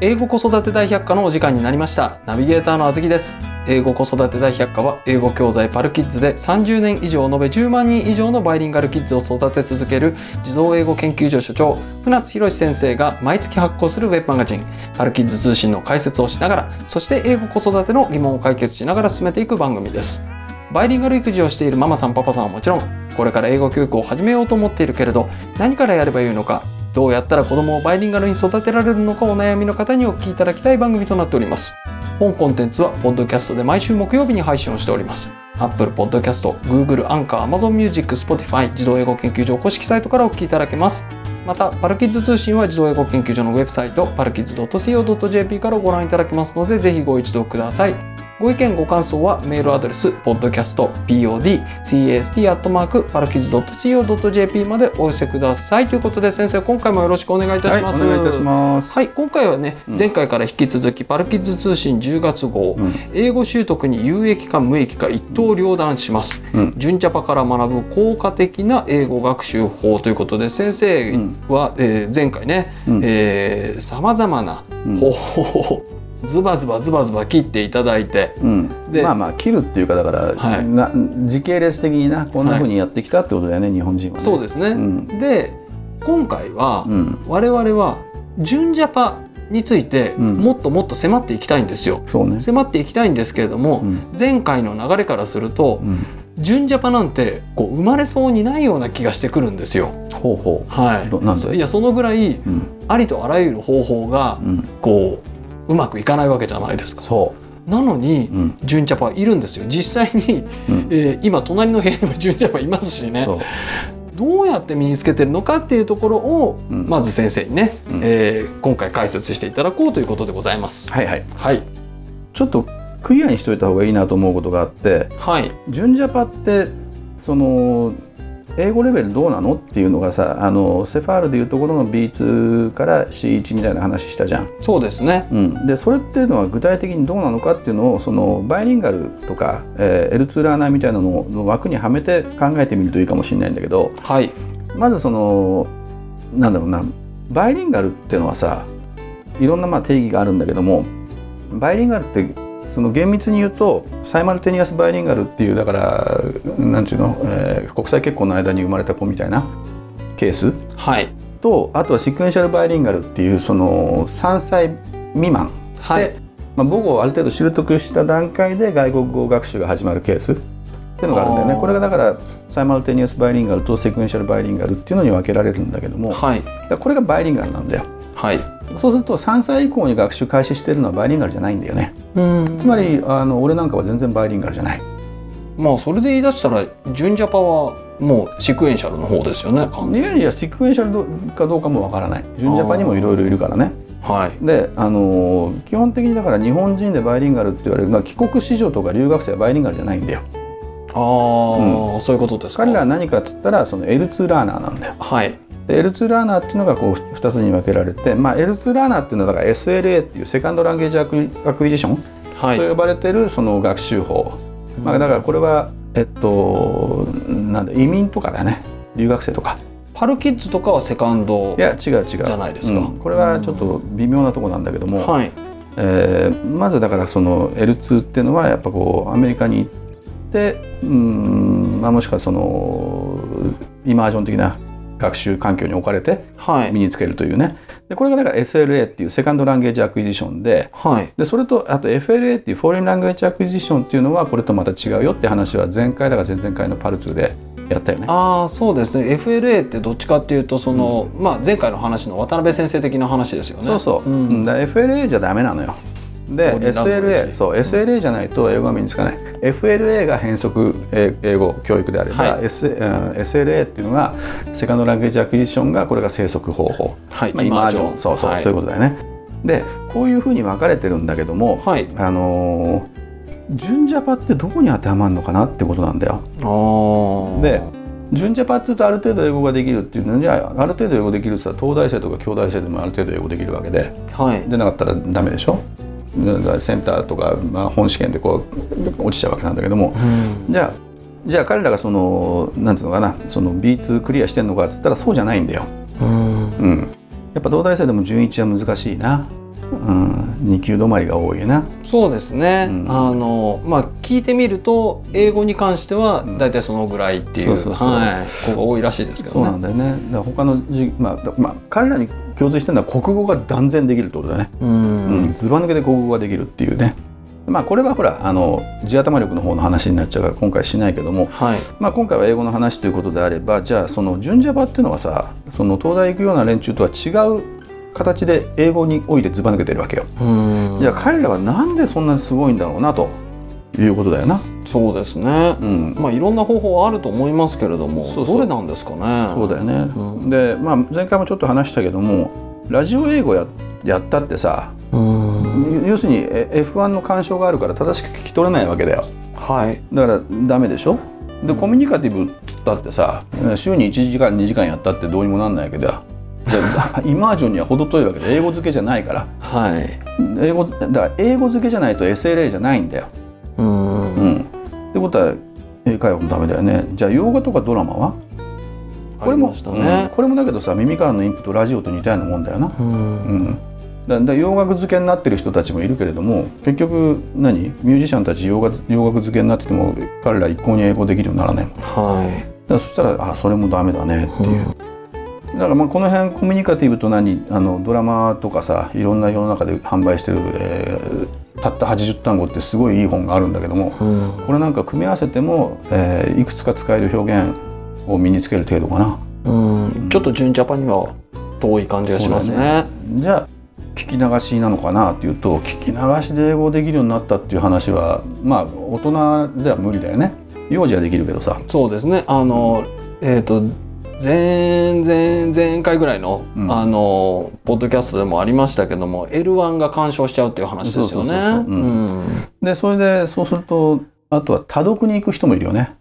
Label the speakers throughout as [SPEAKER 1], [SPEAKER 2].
[SPEAKER 1] 英語子育て大百科のお時間になりましたナビゲーターのあずきです英語子育て大百科は英語教材パルキッズで30年以上延べ10万人以上のバイリンガルキッズを育て続ける児童英語研究所所長船津博史先生が毎月発行するウェブマガジンパルキッズ通信の解説をしながらそして英語子育ての疑問を解決しながら進めていく番組ですバイリンガル育児をしているママさんパパさんはもちろんこれから英語教育を始めようと思っているけれど何からやればよいのかどうやったら子供をバイリンガルに育てられるのかお悩みの方にお聞きいただきたい番組となっております本コンテンツはポッドキャストで毎週木曜日に配信をしております Apple Podcast、Google、Anchor、Amazon Music、Spotify 自動英語研究所公式サイトからお聞きいただけますまたパルキッズ通信は自動英語研究所のウェブサイトパルキッズ .co.jp からご覧いただけますのでぜひご一読くださいご意見ご感想はメールアドレス podcastpodcast.parkids.co.jp までお寄せくださいということで先生今回もよろしくお願いいた
[SPEAKER 2] は
[SPEAKER 1] し
[SPEAKER 2] い、お
[SPEAKER 1] ます。
[SPEAKER 2] 願いいたします。
[SPEAKER 1] はい、今回はね、
[SPEAKER 2] うん
[SPEAKER 1] 前回から引き続きパルキッズ通信10月号、
[SPEAKER 2] うん
[SPEAKER 1] 英語習得に有益か無益か一刀両断します、
[SPEAKER 2] うん
[SPEAKER 1] 純ジャパから学ぶ効果的な英語学習法ということで先生は、えー前回ね
[SPEAKER 2] うん
[SPEAKER 1] さまざまな方法をズバズバズバズバ切っていただいて
[SPEAKER 2] うん、
[SPEAKER 1] で
[SPEAKER 2] まあまあ切るっていうかだから、
[SPEAKER 1] はい
[SPEAKER 2] な時系列的になこんな風にやってきたってことだよね、日本人は、ね。
[SPEAKER 1] そうですね、
[SPEAKER 2] うん
[SPEAKER 1] で今回は、
[SPEAKER 2] うん、
[SPEAKER 1] 我々は純ジャパについて
[SPEAKER 2] うん
[SPEAKER 1] もっともっと迫っていきたいんですよ、
[SPEAKER 2] そうね。
[SPEAKER 1] 迫っていきたいんですけれども、
[SPEAKER 2] うん
[SPEAKER 1] 前回の流れからすると
[SPEAKER 2] うん、
[SPEAKER 1] 純ジャパなんてこう生まれそうにないような気がしてくるんですよ。
[SPEAKER 2] ほうほ
[SPEAKER 1] は
[SPEAKER 2] どなん
[SPEAKER 1] い、
[SPEAKER 2] で。
[SPEAKER 1] いやそのぐらいう
[SPEAKER 2] うん、
[SPEAKER 1] ありとあらゆる方法が
[SPEAKER 2] うん、
[SPEAKER 1] こううまくいかないわけじゃないですか。
[SPEAKER 2] そ
[SPEAKER 1] なのに
[SPEAKER 2] う。うん、
[SPEAKER 1] 純ジャパいるんですよ実際に、
[SPEAKER 2] うん、
[SPEAKER 1] えー今隣の部屋にも 純ジャパいますしね
[SPEAKER 2] そう。
[SPEAKER 1] どうやって身につけてるのかっていうところを、
[SPEAKER 2] うん
[SPEAKER 1] まず先生にね、
[SPEAKER 2] うん
[SPEAKER 1] えー今回解説していただこうということでございます。
[SPEAKER 2] はいはい。
[SPEAKER 1] はい、
[SPEAKER 2] ちょっとクリアにしといた方がいいなと思うことがあって、
[SPEAKER 1] はい、
[SPEAKER 2] 純ジャパってその。英語レベルどうなのっていうのがさあのセファールでいうところの B2 から C1 みたいな話したじゃん。
[SPEAKER 1] そうですね。
[SPEAKER 2] うん、でそれっていうのは具体的にどうなのかっていうのをそのバイリンガルとか、えー L2 ラーナーみたいなのの枠にはめて考えてみるといいかもしれないんだけど
[SPEAKER 1] はい、
[SPEAKER 2] まずそのなんだろうなバイリンガルっていうのはさいろんなまあ定義があるんだけどもバイリンガルってその厳密に言うとサイマルテニアスバイリンガルっていうだからなんていうの、えー国際結婚の間に生まれた子みたいなケース
[SPEAKER 1] はい、
[SPEAKER 2] とあとはシクエンシャルバイリンガルっていうその3歳未満
[SPEAKER 1] はい
[SPEAKER 2] で、まあ、母語をある程度習得した段階で外国語学習が始まるケースっていうのがあるんだよ
[SPEAKER 1] あ
[SPEAKER 2] ね
[SPEAKER 1] ー
[SPEAKER 2] これがだからサイマルテニアスバイリンガルとセクエンシャルバイリンガルっていうのに分けられるんだけどもだか
[SPEAKER 1] はい、
[SPEAKER 2] らこれがバイリンガルなんだよ
[SPEAKER 1] はい。
[SPEAKER 2] そうすると3歳以降に学習開始してるのはバイリンガルじゃないんだよね
[SPEAKER 1] うん
[SPEAKER 2] つまりあの俺なんかは全然バイリンガルじゃない
[SPEAKER 1] まあそれで言い出したら純ジャパはもうシクエンシャルの方ですよね完
[SPEAKER 2] い
[SPEAKER 1] 全に
[SPEAKER 2] やいやシクエンシャルどかどうかもわからない純ジャパにもいろいろいるからね
[SPEAKER 1] はい
[SPEAKER 2] であの基本的にだから日本人でバイリンガルって言われるのは帰国子女とか留学生はバイリンガルじゃないんだよ
[SPEAKER 1] ああ、そういうことですか
[SPEAKER 2] 彼らは何かっつったらその L2 ラーナーなんだよ
[SPEAKER 1] はい
[SPEAKER 2] で L2 ラーナーっていうのがこう2つに分けられて、まあ、L2 ラーナーっていうのはだから SLA っていうセカンドランゲージアクリアクイジション
[SPEAKER 1] はい
[SPEAKER 2] と呼ばれてるその学習法、まあ、だからこれはえっとなんだ移民とかだね留学生とか
[SPEAKER 1] パルキッズとかはセカンド
[SPEAKER 2] いや違う違うじ
[SPEAKER 1] ゃないですか
[SPEAKER 2] これはちょっと微妙なとこなんだけども、
[SPEAKER 1] はい
[SPEAKER 2] えーまずだからその L2 っていうのはやっぱこうアメリカに行ってうーん、まあ、もしくはそのイマージョン的な学習環境に置かれて
[SPEAKER 1] はい
[SPEAKER 2] 身につけるというねでこれがだから SLA っていうセカンドランゲージアクイジションで
[SPEAKER 1] はい
[SPEAKER 2] でそれとあと FLA っていうフォーリンランゲージアクイジションっていうのはこれとまた違うよって話は前回だから前々回のパル2でやったよね。
[SPEAKER 1] ああそうですね FLA ってどっちかっていうとその、まあ前回の話の渡辺先生的な話ですよね
[SPEAKER 2] そうそう、
[SPEAKER 1] ん
[SPEAKER 2] うん、だから FLA じゃダメなのよで
[SPEAKER 1] ボディラングエッ
[SPEAKER 2] SLA
[SPEAKER 1] ジ
[SPEAKER 2] そう SLA じゃないと英語が身につかない、FLA が変則え英語教育であれば、
[SPEAKER 1] はい
[SPEAKER 2] S うん SLA っていうのがセカンドランゲージアクイジションがこれが生息方法、
[SPEAKER 1] はい
[SPEAKER 2] まあ、イマージョンそうそう、
[SPEAKER 1] はい
[SPEAKER 2] ということだよねでこういうふうに分かれてるんだけども、
[SPEAKER 1] はい
[SPEAKER 2] あのー純ジャパってどこに当てはまるのかなってことなんだよ
[SPEAKER 1] ああ
[SPEAKER 2] で純ジャパっていうとある程度英語ができるっていうのにはある程度英語できるって言ったら東大生とか京大生でもある程度英語できるわけで、
[SPEAKER 1] はい
[SPEAKER 2] でなかったらダメでしょだからセンターとか、まあ、本試験でこう落ちちゃうわけなんだけども
[SPEAKER 1] うん
[SPEAKER 2] じゃあじゃあ彼らがそのなんていうのかなその B2 クリアしてんのかっつったらそうじゃないんだよ、
[SPEAKER 1] うん
[SPEAKER 2] うん、やっぱ東大生でも準1は難しいなうん、2級止まりが多いな。
[SPEAKER 1] そうですね、
[SPEAKER 2] うん
[SPEAKER 1] あのまあ聞いてみると英語に関しては
[SPEAKER 2] うん
[SPEAKER 1] 大体そのぐらいっていう、
[SPEAKER 2] そうそうそう
[SPEAKER 1] はい、子が多いらしいですけ
[SPEAKER 2] そう
[SPEAKER 1] ど
[SPEAKER 2] な
[SPEAKER 1] ね
[SPEAKER 2] んだよね。だから他のじ、まあ、だまあ、彼らに共通してるのは国語が断然できるってことだね。
[SPEAKER 1] う
[SPEAKER 2] うん、
[SPEAKER 1] ん
[SPEAKER 2] ずば抜けで国語ができるっていうね。まあ、これはほら、あの、地頭力の方の話になっちゃうから、今回しないけども。
[SPEAKER 1] はい
[SPEAKER 2] まあ、今回は英語の話ということであれば、じゃあ、その純ジャパっていうのはさ、その東大行くような連中とは違う。形で英語においてずば抜けてるわけよ。
[SPEAKER 1] うん
[SPEAKER 2] じゃあ、彼らはなんでそんなにすごいんだろうなと。いうことだよな。
[SPEAKER 1] そうですね
[SPEAKER 2] う、ん。
[SPEAKER 1] まあいろんな方法はあると思いますけれども
[SPEAKER 2] そうそう
[SPEAKER 1] どれなんですかね
[SPEAKER 2] そうだよね、
[SPEAKER 1] うん
[SPEAKER 2] で、まあ、前回もちょっと話したけどもラジオ英語ややったってさ
[SPEAKER 1] うん
[SPEAKER 2] 要するにえ F1 の干渉があるから正しく聞き取れないわけだよ
[SPEAKER 1] はい
[SPEAKER 2] だからダメでしょでコミュニカティブっつったってさ週に1時間2時間やったってどうにもなんないわけだよ でイマージョンには程遠いわけで英語付けじゃないから
[SPEAKER 1] はい
[SPEAKER 2] 英語だから英語付けじゃないと SLA じゃないんだよ、
[SPEAKER 1] うん
[SPEAKER 2] うん、ってことは英会話もダメだよねじゃあ洋画とかドラマはこれ
[SPEAKER 1] あり
[SPEAKER 2] も、
[SPEAKER 1] ました
[SPEAKER 2] うん
[SPEAKER 1] ね
[SPEAKER 2] これもだけどさ耳からのインプットラジオと似たようなもんだよな、
[SPEAKER 1] うん
[SPEAKER 2] うん、だだ洋楽漬けになってる人たちもいるけれども結局何ミュージシャンたち洋楽洋楽漬けになってても彼ら一向に英語できるようにならないもんだか
[SPEAKER 1] は
[SPEAKER 2] らそしたらあそれもダメだねっていう、だからまあこの辺コミュニカティブと何あのドラマとかさいろんな世の中で販売してる、えーたった80単語ってすごいいい本があるんだけども
[SPEAKER 1] い、うん
[SPEAKER 2] これなんか組み合わせても、えーいくつか使える表現を身につける程度かな。
[SPEAKER 1] うん、ちょっと純ジャパンには遠い感じがします
[SPEAKER 2] そう
[SPEAKER 1] ね。
[SPEAKER 2] じゃあ聞き流しなのかなっていうと聞き流しで英語できるようになったっていう話はまあ大人では無理だよね幼児はできるけどさ、
[SPEAKER 1] そうですね。あの、えっ、と前前前回ぐらいの、
[SPEAKER 2] うん
[SPEAKER 1] あのポッドキャストでもありましたけども、L1 が干渉しちゃうっていう話ですよね。
[SPEAKER 2] そうそうそうそううでそれでそうするとあとは多読に行く人もいるよね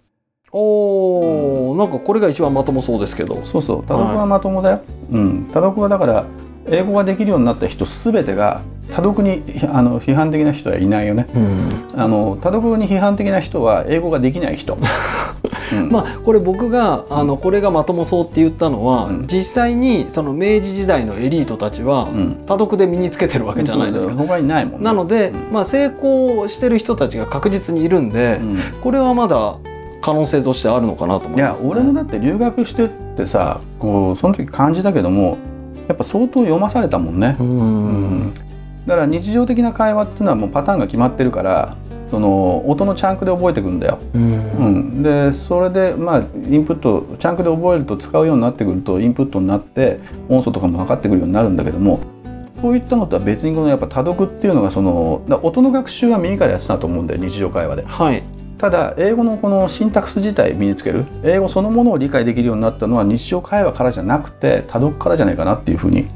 [SPEAKER 1] おお、なんかこれが一番まともそうですけど。
[SPEAKER 2] そうそう多読はまともだよ、うん多読はだから英語ができるようになった人全てが多読にあの批判的な人はいないよね
[SPEAKER 1] うん
[SPEAKER 2] あの多読に批判的な人は英語ができない 人、うん
[SPEAKER 1] まあこれ僕があのこれがまともそうって言ったのは、
[SPEAKER 2] うん
[SPEAKER 1] 実際にその明治時代のエリートたちは
[SPEAKER 2] うん
[SPEAKER 1] 多読で身につけてるわけじゃないですか。
[SPEAKER 2] 他にないもんね
[SPEAKER 1] なので、
[SPEAKER 2] うん
[SPEAKER 1] まあ、成功してる人たちが確実にいるんで、
[SPEAKER 2] うん
[SPEAKER 1] これはまだ可能性としてあるのかなと思
[SPEAKER 2] い
[SPEAKER 1] い
[SPEAKER 2] や
[SPEAKER 1] ます、ね。
[SPEAKER 2] 俺もだって留学してってさこうその時感じたけどもやっぱ相当読まされたもんね
[SPEAKER 1] う、ん
[SPEAKER 2] うんだから日常的な会話っていうのはもうパターンが決まってるからその音のチャンクで覚えてくんだよ、
[SPEAKER 1] うん
[SPEAKER 2] うん、でそれでまあインプットチャンクで覚えると使うようになってくるとインプットになって音素とかも分かってくるようになるんだけどもそういったのとは別にこのやっぱ多読っていうのがそのだから音の学習は耳からやってたと思うんだよ日常会話で。
[SPEAKER 1] はい、
[SPEAKER 2] ただ英語のこのシンタクス自体身につける英語そのものを理解できるようになったのは日常会話からじゃなくて多読からじゃないかなっていうふうに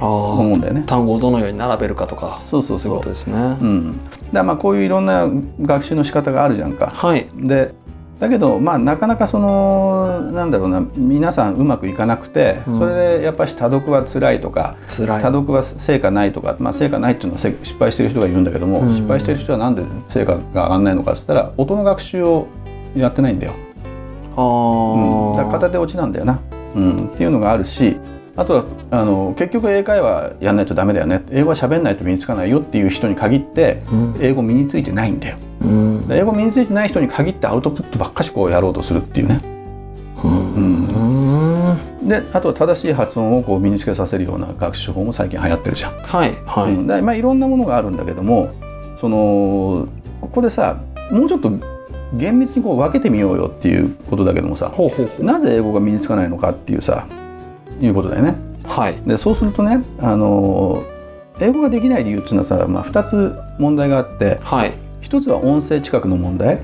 [SPEAKER 1] あー
[SPEAKER 2] 思うんだよね。
[SPEAKER 1] 単語をどのように並べるかとか
[SPEAKER 2] そうそう
[SPEAKER 1] そういう
[SPEAKER 2] そ
[SPEAKER 1] こと
[SPEAKER 2] う。
[SPEAKER 1] ですね
[SPEAKER 2] う。ん、だからまあこういういろんな学習の仕方があるじゃんか。
[SPEAKER 1] はい、
[SPEAKER 2] でだけどまあなかなかそのなんだろうな皆さんうまくいかなくて、
[SPEAKER 1] うん
[SPEAKER 2] それでやっぱり多読は辛いとか
[SPEAKER 1] 辛い。
[SPEAKER 2] 多読は成果ないとか、まあ、成果ないっていうのはせ失敗してる人がいるんだけども、
[SPEAKER 1] うん
[SPEAKER 2] 失敗してる人はなんで成果が上がらないのかっつったら音の学習をやってないんだよ。
[SPEAKER 1] あ
[SPEAKER 2] う
[SPEAKER 1] ー
[SPEAKER 2] ん、だから片手落ちなんだよな、うん、っていうのがあるしあとはあの結局英会話やんないとダメだよね英語は喋んないと身につかないよっていう人に限って
[SPEAKER 1] うん
[SPEAKER 2] 英語身についてないんだよ
[SPEAKER 1] うん
[SPEAKER 2] で英語身についてない人に限ってアウトプットばっかしこうやろうとするっていうね、
[SPEAKER 1] う
[SPEAKER 2] う、
[SPEAKER 1] んん
[SPEAKER 2] であとは正しい発音をこう身につけさせるような学習法も最近流行ってるじゃん、
[SPEAKER 1] はい、はい、
[SPEAKER 2] うんでまあ、いろんなものがあるんだけどもそのここでさもうちょっと厳密にこう分けてみようよっていうことだけどもさ
[SPEAKER 1] ほうほうほう。
[SPEAKER 2] なぜ英語が身につかないのかっていうさいうことだよね。
[SPEAKER 1] はい、
[SPEAKER 2] でそうするとねあの英語ができない理由っていうのはさ、まあ、2つ問題があって
[SPEAKER 1] はい、
[SPEAKER 2] 1つは音声近くの問
[SPEAKER 1] あ
[SPEAKER 2] 題
[SPEAKER 1] あ、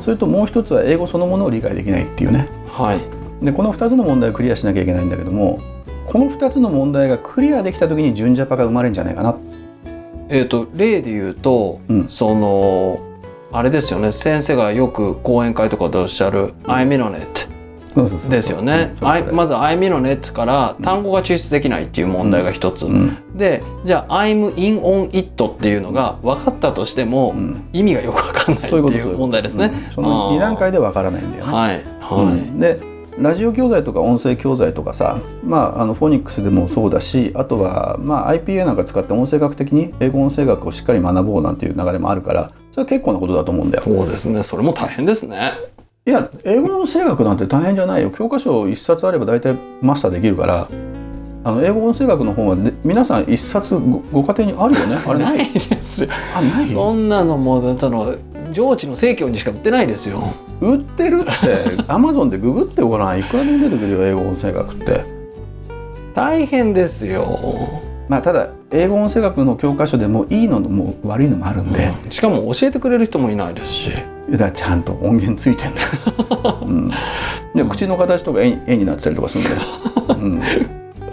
[SPEAKER 2] それともう1つは英語そのものを理解できないっていうね
[SPEAKER 1] はい、
[SPEAKER 2] でこの2つの問題をクリアしなきゃいけないんだけどもこの2つの問題がクリアできた時に純ジャパが生まれるんじゃないかな
[SPEAKER 1] えー、と例で言うと、
[SPEAKER 2] うん
[SPEAKER 1] そのあれですよね先生がよく講演会とかでおっしゃる「I'm in on it
[SPEAKER 2] そうそうそ」う
[SPEAKER 1] ですよね。
[SPEAKER 2] うんそれ
[SPEAKER 1] I-
[SPEAKER 2] それ
[SPEAKER 1] まず「I'm in on it」から単語が抽出できないっていう問題が一つ。
[SPEAKER 2] うん
[SPEAKER 1] でじゃあ「I'm in on it」っていうのが分かったとしても、
[SPEAKER 2] うん
[SPEAKER 1] 意味がよく分かんないって
[SPEAKER 2] そういうこと
[SPEAKER 1] いう問題ですね。
[SPEAKER 2] うんその2段階でわからないんだよね。
[SPEAKER 1] はい、はい
[SPEAKER 2] うんでラジオ教材とか音声教材とかさ、まあ、あのフォニックスでもそうだしあとは、まあ、IPA なんか使って音声学的に英語音声学をしっかり学ぼうなんていう流れもあるからそれは結構なことだと思うんだよ。
[SPEAKER 1] そうですね。それも大変ですね。
[SPEAKER 2] いや英語音声学なんて大変じゃないよ教科書1冊あれば大体マスターできるからあの英語音声学の本はで皆さん1冊ごご家庭にあるよねあれない
[SPEAKER 1] いですよ。
[SPEAKER 2] あない
[SPEAKER 1] そんなのもうその上智の生協にしか売ってないですよ。
[SPEAKER 2] 売ってるってアマゾンでググってごらんいくらでも出てくるよ英語音声学って。
[SPEAKER 1] 大変ですよ。
[SPEAKER 2] まあ、ただ英語音声学の教科書でもいいのも悪いのもあるんで、
[SPEAKER 1] しかも教えてくれる人もいないですし。
[SPEAKER 2] だからちゃんと音源ついてんだよ、 うん、で口の形とか絵に絵になってたりとかするんだよ、うん、い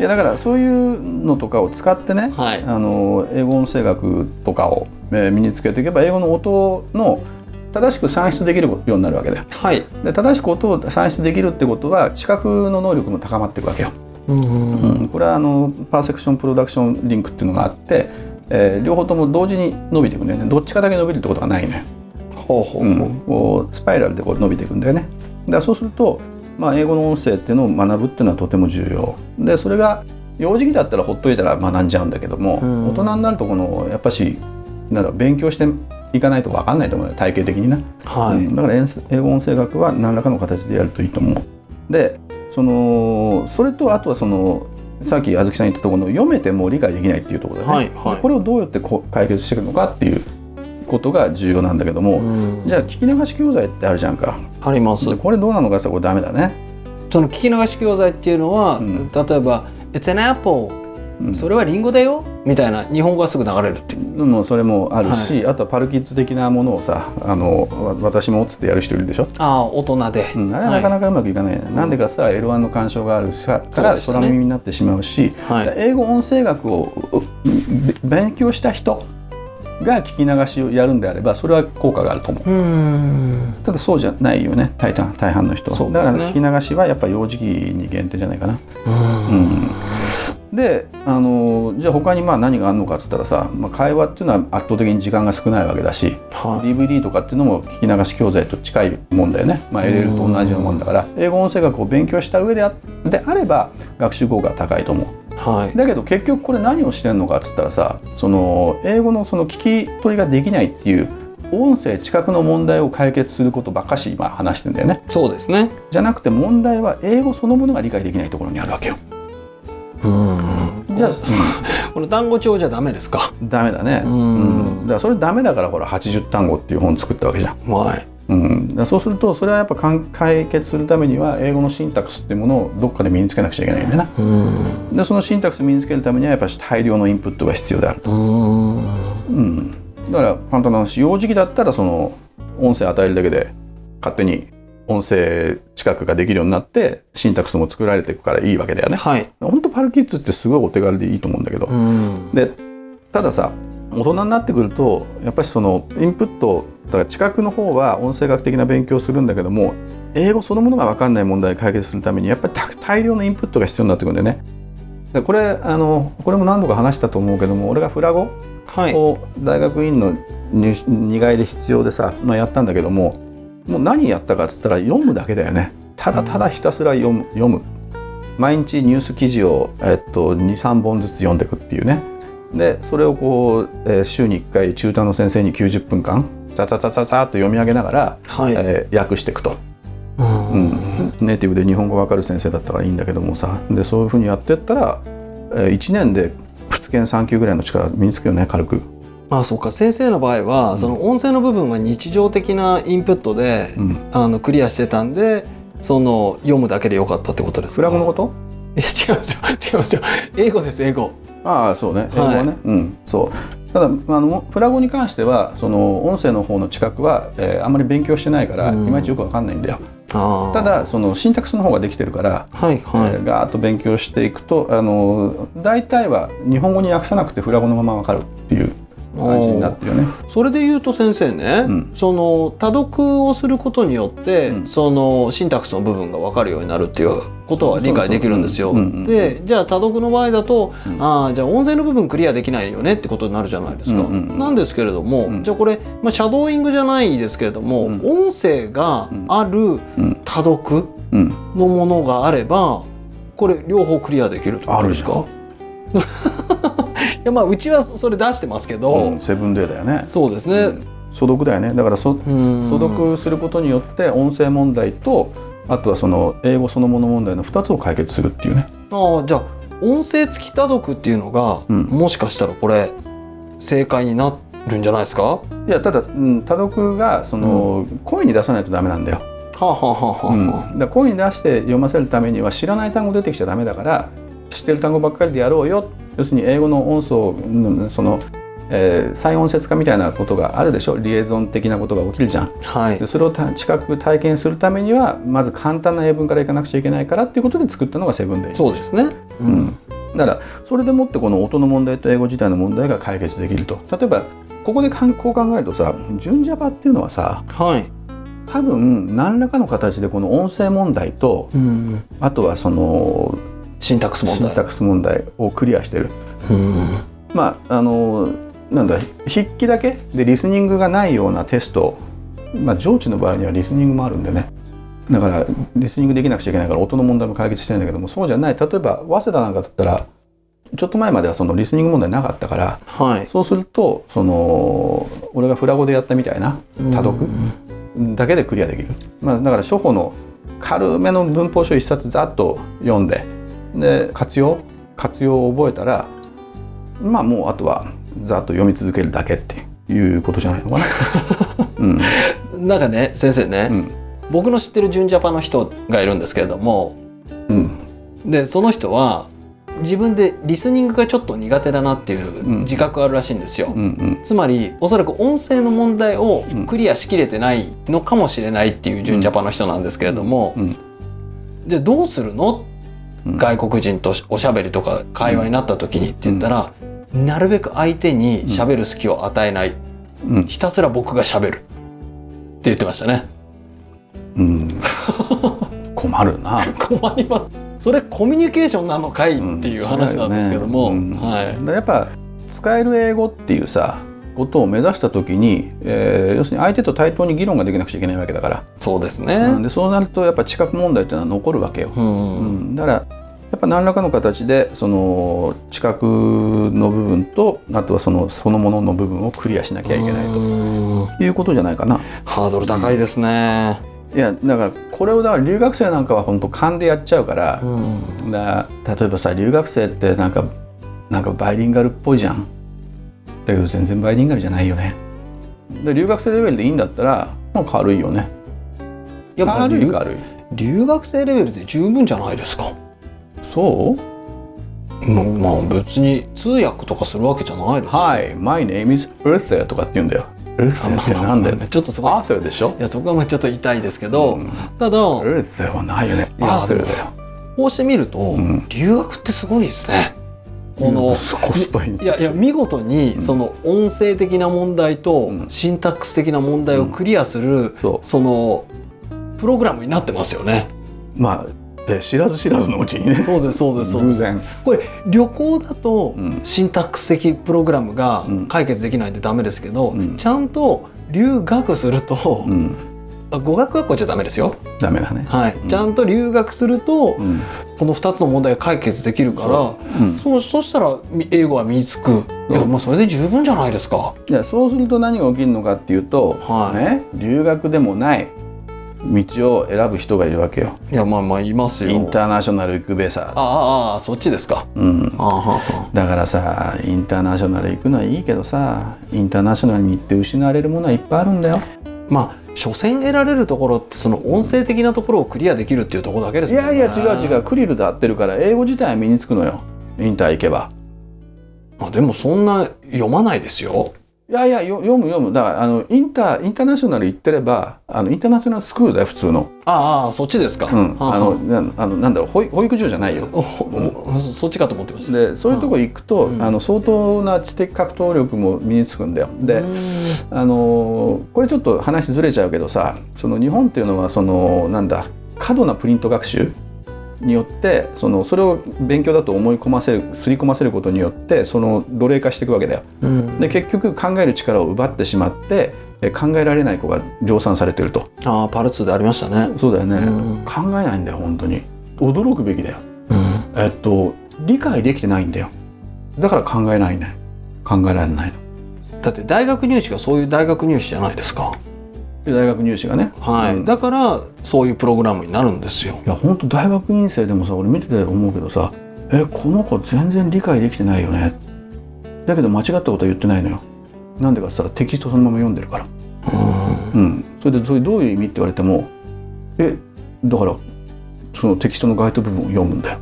[SPEAKER 2] やだからそういうのとかを使ってね、
[SPEAKER 1] はい。
[SPEAKER 2] あの英語音声学とかを、えー身につけていけば英語の音の正しく算出できるようになるわけだよ
[SPEAKER 1] はい。
[SPEAKER 2] で正しく音を算出できるってことは視覚の能力も高まっていくわけよ
[SPEAKER 1] うんうん
[SPEAKER 2] うん、これはあのパーセクションプロダクションリンクっていうのがあって、えー両方とも同時に伸びていくんだよねどっちかだけ伸びるってことがないのよ、
[SPEAKER 1] ほうほうほう。
[SPEAKER 2] うん、こうスパイラルでこう伸びていくんだよねだからそうすると、まあ、英語の音声っていうのを学ぶっていうのはとても重要でそれが幼児期だったらほっといたら学んじゃうんだけども、
[SPEAKER 1] うん
[SPEAKER 2] 大人になるとこのやっぱしなんだろう勉強していかないと分かんないと思うよ体系的にな、
[SPEAKER 1] は
[SPEAKER 2] うんだから英英語音声学は何らかの形でやるといいと思う。でそのそれとあとはそのさっきあずきさん言ったところの読めても理解できないっていうところだよね、
[SPEAKER 1] はいはい
[SPEAKER 2] でこれをどうやってこう解決していくのかっていうことが重要なんだけども、
[SPEAKER 1] い。うん
[SPEAKER 2] じゃあ聞き流し教材ってあるじゃんか
[SPEAKER 1] あります。
[SPEAKER 2] でこれどうなのかさこれダメだね、
[SPEAKER 1] その聞き流し教材っていうのは、
[SPEAKER 2] うん
[SPEAKER 1] 例えば「It's an apple」
[SPEAKER 2] うん、
[SPEAKER 1] それはリンゴだよみたいな日本語がすぐ流れるっていう
[SPEAKER 2] もうそれもあるし、あとはパルキッズ的なものをさあのわ私もっつってやる人いるでしょ
[SPEAKER 1] ああ大人で、
[SPEAKER 2] うん、あれはなかなかうまくいかない、なんでかさ L1 の干渉があるしか
[SPEAKER 1] そう
[SPEAKER 2] ら
[SPEAKER 1] でしたね
[SPEAKER 2] 空耳になってしまうし、
[SPEAKER 1] はい
[SPEAKER 2] 英語音声学をべ勉強した人が聞き流しをやるんであればそれは効果があると思う
[SPEAKER 1] うん
[SPEAKER 2] ただそうじゃないよね大半大半の人は
[SPEAKER 1] そうですね
[SPEAKER 2] だから聞き流しはやっぱ幼児期に限定じゃないかなうんであのじゃあ他にまあ何があるのかっつったらさ、まあ、会話っていうのは圧倒的に時間が少ないわけだし、
[SPEAKER 1] は
[SPEAKER 2] DVD とかっていうのも聞き流し教材と近いもんだよね、まあ、LL と同じようなもんだから英語音声学を勉強した上であであれば学習効果が高いと思う
[SPEAKER 1] いはい
[SPEAKER 2] だけど結局これ何をしてるのかっつったらさその英語のその聞き取りができないっていう音声知覚の問題を解決することばっかし今話してんだよね
[SPEAKER 1] そうですね
[SPEAKER 2] じゃなくて問題は英語そのものが理解できないところにあるわけよ
[SPEAKER 1] うん
[SPEAKER 2] じゃあ、
[SPEAKER 1] この単語帳じゃダメですか
[SPEAKER 2] うんダメだね
[SPEAKER 1] うん
[SPEAKER 2] だからそれダメだからほら80単語っていう本作ったわけじゃん
[SPEAKER 1] はい
[SPEAKER 2] うん、だからそうするとそれはやっぱかん解決するためには英語のシンタクスっていうものをどっかで身につけなくちゃいけないんだよな
[SPEAKER 1] うん
[SPEAKER 2] でそのシンタクス身につけるためにはやっぱり大量のインプットが必要であると、
[SPEAKER 1] うん
[SPEAKER 2] うん、だから簡単な話幼児期だったらその音声与えるだけで勝手に音声近くができるようになってシンタクスも作られていくからいいわけだよね
[SPEAKER 1] はい
[SPEAKER 2] ほんとパルキッズってすごいお手軽でいいと思うんだけど、
[SPEAKER 1] ん
[SPEAKER 2] でたださ大人になってくるとやっぱりそのインプットだから知覚の方は音声学的な勉強をするんだけども英語そのものが分かんない問題を解決するためにやっぱりた大量のインプットが必要になってくるんだよね。でこれあのこれも何度か話したと思うけども俺がフラゴ
[SPEAKER 1] はい
[SPEAKER 2] を大学院の入試二外で必要でさ、まあ、やったんだけどももう何やったかっつったら読むだけだよねただただひたすら読む読む毎日ニュース記事を、えっと、23本ずつ読んでいくっていうねでそれをこう、えー週に1回中途の先生に90分間ザザザザザーっと読み上げながら、
[SPEAKER 1] はい
[SPEAKER 2] えー訳していくと、
[SPEAKER 1] う
[SPEAKER 2] うんん、ネイティブで日本語わかる先生だったからいいんだけどもさでそういうふうにやってったら、え1年で仏研3級ぐらいの力身につくよね軽く。
[SPEAKER 1] まあそうか先生の場合は、その音声の部分は日常的なインプットで、
[SPEAKER 2] うん
[SPEAKER 1] あのクリアしてたんでその読むだけでよかったってことです
[SPEAKER 2] フ
[SPEAKER 1] か
[SPEAKER 2] ラグのこと
[SPEAKER 1] え違いますよ違いますよ英語です英語
[SPEAKER 2] ああそうね英語
[SPEAKER 1] はい
[SPEAKER 2] はね、うんそうただあのフラゴに関してはその音声の方の知覚は、えーあんまり勉強してないからい
[SPEAKER 1] うん
[SPEAKER 2] まいちよくわかんないんだよ、
[SPEAKER 1] あー
[SPEAKER 2] ただそのシンタクスの方ができてるから、
[SPEAKER 1] はいはい、
[SPEAKER 2] えーガーッと勉強していくとあの大体は日本語に訳さなくてフラゴのままわかるっていう感じになってるよね
[SPEAKER 1] それで言うと先生ね、
[SPEAKER 2] うん
[SPEAKER 1] その多読をすることによって、
[SPEAKER 2] うん
[SPEAKER 1] そのシンタクスの部分が分かるようになるっていうことは理解できるんですよ
[SPEAKER 2] そうそうそううんうん。
[SPEAKER 1] でじゃあ多読の場合だと、
[SPEAKER 2] うん
[SPEAKER 1] ああじゃあ音声の部分クリアできないよねってことになるじゃないですか。
[SPEAKER 2] うんうんうん
[SPEAKER 1] なんですけれども、
[SPEAKER 2] うん
[SPEAKER 1] じゃあこれ、まあ、シャドーイングじゃないですけれども、
[SPEAKER 2] うん
[SPEAKER 1] 音声がある
[SPEAKER 2] うん
[SPEAKER 1] 多読
[SPEAKER 2] うん、
[SPEAKER 1] のものがあればこれ両方クリアできるってことですか いやまあうちはそれ出してますけど、
[SPEAKER 2] うん、セブンデーだよね。
[SPEAKER 1] そうです
[SPEAKER 2] う
[SPEAKER 1] ね、
[SPEAKER 2] ん素読だよね。だからそ
[SPEAKER 1] うん、
[SPEAKER 2] 素読することによって音声問題とあとはその英語そのもの問題の2つを解決するっていうね。
[SPEAKER 1] ああじゃあ音声付き多読っていうのが、
[SPEAKER 2] うん
[SPEAKER 1] もしかしたらこれ正解になるんじゃないですかはい
[SPEAKER 2] やただ、うん、多読がその、声に出さないとダメなんだよ。
[SPEAKER 1] あ、はあはあはあ
[SPEAKER 2] うん、だ
[SPEAKER 1] は
[SPEAKER 2] から声に出して読ませるためには知らない単語出てきちゃダメだから知ってる単語ばっかりでやろうよ要するに英語の音素うんその、えー再音節化みたいなことがあるでしょリエゾン的なことが起きるじゃん
[SPEAKER 1] あはい
[SPEAKER 2] でそれをた近く体験するためにはまず簡単な英文からいかなくちゃいけないからっていうことで作ったのがセブンデイ
[SPEAKER 1] そうですねう
[SPEAKER 2] うん、だからそれでもってこの音の問題と英語自体の問題が解決できると例えばここでかんこう考えるとさ純ジャパっていうのはさ
[SPEAKER 1] はい、
[SPEAKER 2] 多分何らかの形でこの音声問題と
[SPEAKER 1] うん、
[SPEAKER 2] あとはその
[SPEAKER 1] シンタックス問
[SPEAKER 2] シン
[SPEAKER 1] 題
[SPEAKER 2] タックス問題をクリアしてる
[SPEAKER 1] うん
[SPEAKER 2] まああのなんだ筆記だけでリスニングがないようなテストまあ上智の場合にはリスニングもあるんでねだからリスニングできなくちゃいけないから音の問題も解決してるんだけどもそうじゃない例えば早稲田なんかだったらちょっと前まではそのリスニング問題なかったから
[SPEAKER 1] はい
[SPEAKER 2] そうするとその俺がフラゴでやったみたいな多読、だけでクリアできる、まあ、だから初歩の軽めの文法書一冊ざっと読んでで活用活用を覚えたらまあもうあとはざっと読み続けるだけっていうことじゃないのかな。うん
[SPEAKER 1] なんかね先生ね、
[SPEAKER 2] うん
[SPEAKER 1] 僕の知ってる純ジャパの人がいるんですけれども
[SPEAKER 2] うん
[SPEAKER 1] でその人は自分でリスニングがちょっと苦手だなっていう
[SPEAKER 2] うん
[SPEAKER 1] 自覚があるらしいんですよ、
[SPEAKER 2] うんうん
[SPEAKER 1] つまりおそらく音声の問題を
[SPEAKER 2] うん
[SPEAKER 1] クリアしきれてないのかもしれないっていう純ジャパの人なんですけれども、
[SPEAKER 2] うん
[SPEAKER 1] じゃあどうするの
[SPEAKER 2] うん
[SPEAKER 1] 外国人とおしゃべりとか会話になった時にって言ったら、なるべく相手に喋る隙を与えない、
[SPEAKER 2] うん
[SPEAKER 1] ひたすら僕が喋るって言ってましたね
[SPEAKER 2] うん困るな。
[SPEAKER 1] 困りますそれコミュニケーションなのかいっていう話なんですけども、
[SPEAKER 2] うん
[SPEAKER 1] は
[SPEAKER 2] だ
[SPEAKER 1] い、
[SPEAKER 2] からやっぱ使える英語っていうさことを目指した時に、えー要するに相手と対等に議論ができなくちゃいけないわけだから
[SPEAKER 1] そうです
[SPEAKER 2] うん
[SPEAKER 1] ね、
[SPEAKER 2] でそうなるとやっぱ知覚問題っていうのは残るわけよ。
[SPEAKER 1] うん
[SPEAKER 2] うん、だからやっぱ何らかの形でその知覚の部分とあとはそのそのものの部分をクリアしなきゃいけない
[SPEAKER 1] う
[SPEAKER 2] と
[SPEAKER 1] ん
[SPEAKER 2] いうことじゃないかな。
[SPEAKER 1] ハードル高いですね、
[SPEAKER 2] いやだからこれをだから留学生なんかは本当勘でやっちゃうから,、
[SPEAKER 1] うん
[SPEAKER 2] だ例えばさ留学生ってなんかなんかバイリンガルっぽいじゃん。だけど全然バイリンガルじゃないよね。で留学生レベルでいいんだったらもう軽いよね。
[SPEAKER 1] やっぱ
[SPEAKER 2] 軽い
[SPEAKER 1] 留
[SPEAKER 2] 軽い。
[SPEAKER 1] 留学生レベルで十分じゃないですか。
[SPEAKER 2] そう
[SPEAKER 1] ままあ別に通訳とかするわけじゃないですし。
[SPEAKER 2] Hi, my name is Arthur とかって言うんだよ。Arthur ってなんだよね。
[SPEAKER 1] ちょっとそこ
[SPEAKER 2] アーサーでしょ
[SPEAKER 1] いやそこはまあちょっと痛いですけど、
[SPEAKER 2] うん
[SPEAKER 1] ただ
[SPEAKER 2] ア
[SPEAKER 1] こ
[SPEAKER 2] ーサーはないよね。
[SPEAKER 1] いや
[SPEAKER 2] アーサーだよ。
[SPEAKER 1] うしてみると、
[SPEAKER 2] ん
[SPEAKER 1] 留学ってすごいですね。この、
[SPEAKER 2] コスパいい。
[SPEAKER 1] いやいや見事にその音声的な問題と
[SPEAKER 2] うん
[SPEAKER 1] シンタックス的な問題をクリアする、
[SPEAKER 2] そ
[SPEAKER 1] そのプログラムになってますよね。
[SPEAKER 2] う。まあ、え知らず知らずのうちにね。
[SPEAKER 1] そうですそうですそうで
[SPEAKER 2] 偶
[SPEAKER 1] す。
[SPEAKER 2] 然。
[SPEAKER 1] これ旅行だと
[SPEAKER 2] うん
[SPEAKER 1] シンタックス的プログラムが
[SPEAKER 2] うん
[SPEAKER 1] 解決できないんでダメですけど、
[SPEAKER 2] うん
[SPEAKER 1] ちゃんと留学すると、
[SPEAKER 2] うん。
[SPEAKER 1] あ語学学校じゃダメですよ、
[SPEAKER 2] ダメだね。
[SPEAKER 1] はい
[SPEAKER 2] うん
[SPEAKER 1] ちゃんと留学すると、
[SPEAKER 2] うん。
[SPEAKER 1] この2つの問題が解決できるから
[SPEAKER 2] そ
[SPEAKER 1] そう
[SPEAKER 2] うん
[SPEAKER 1] そしたらみ英語は身につく、
[SPEAKER 2] うん
[SPEAKER 1] いやまあ、それで十分じゃないですか。
[SPEAKER 2] いやそうすると何が起きるのかっていうと、
[SPEAKER 1] はい
[SPEAKER 2] ね、留学でもない道を選ぶ人がいるわけよ。
[SPEAKER 1] いやまあまあいますよ。
[SPEAKER 2] インターナショナル行くべ
[SPEAKER 1] ああ
[SPEAKER 2] さ。
[SPEAKER 1] ああそっちですか。
[SPEAKER 2] うん。
[SPEAKER 1] ああはあ
[SPEAKER 2] だからさインターナショナル行くのはいいけどさインターナショナルに行って失われるものはいっぱいあるんだよ。
[SPEAKER 1] まあ所詮得られるところってその音声的なところをクリアできるっていうところだけです
[SPEAKER 2] い
[SPEAKER 1] もん
[SPEAKER 2] や
[SPEAKER 1] ね。
[SPEAKER 2] いや違う違うクリルで合ってるから英語自体は身につくのよインター行けば
[SPEAKER 1] まあ、でもそんな読まないですよ。
[SPEAKER 2] いやいやよ読む読むだからあのインターインターナショナル行ってればあのインターナショナルスクールだよ普通の
[SPEAKER 1] ああそっちですか。
[SPEAKER 2] うん
[SPEAKER 1] は
[SPEAKER 2] あのなあのなんだろう保育保育所じゃないよ
[SPEAKER 1] おおそそっちかと思ってました。
[SPEAKER 2] でそういうとこ行くと、
[SPEAKER 1] うん
[SPEAKER 2] あの相当な知的格闘力も身につくんだよで、
[SPEAKER 1] うーん
[SPEAKER 2] あのーこれちょっと話ずれちゃうけどさその日本っていうのはそのなんだ過度なプリント学習によってそのそれを勉強だと思い込ませるすり込ませることによってその奴隷化していくわけだよ。
[SPEAKER 1] うん
[SPEAKER 2] で結局考える力を奪ってしまってえ考えられない子が量産されてると
[SPEAKER 1] ああパルツでありましたね。
[SPEAKER 2] そうだよね、
[SPEAKER 1] うん
[SPEAKER 2] 考えないんだよ本当に驚くべきだよ
[SPEAKER 1] うん、
[SPEAKER 2] えっと理解できてないんだよだから考えないね考えられないの
[SPEAKER 1] だって大学入試がそういう大学入試じゃないですか。
[SPEAKER 2] で大学入試がね
[SPEAKER 1] はい、
[SPEAKER 2] うん
[SPEAKER 1] だからそういうプログラムになるんですよ。
[SPEAKER 2] いや本当大学院生でもさ俺見てて思うけどさえこの子全然理解できてないよねだけど間違ったことは言ってないのよなんでかって言ったらテキストそのまま読んでるから
[SPEAKER 1] うん
[SPEAKER 2] うんそれでそれどういう意味って言われてもえだからそのテキストの該当部分を読むんだよ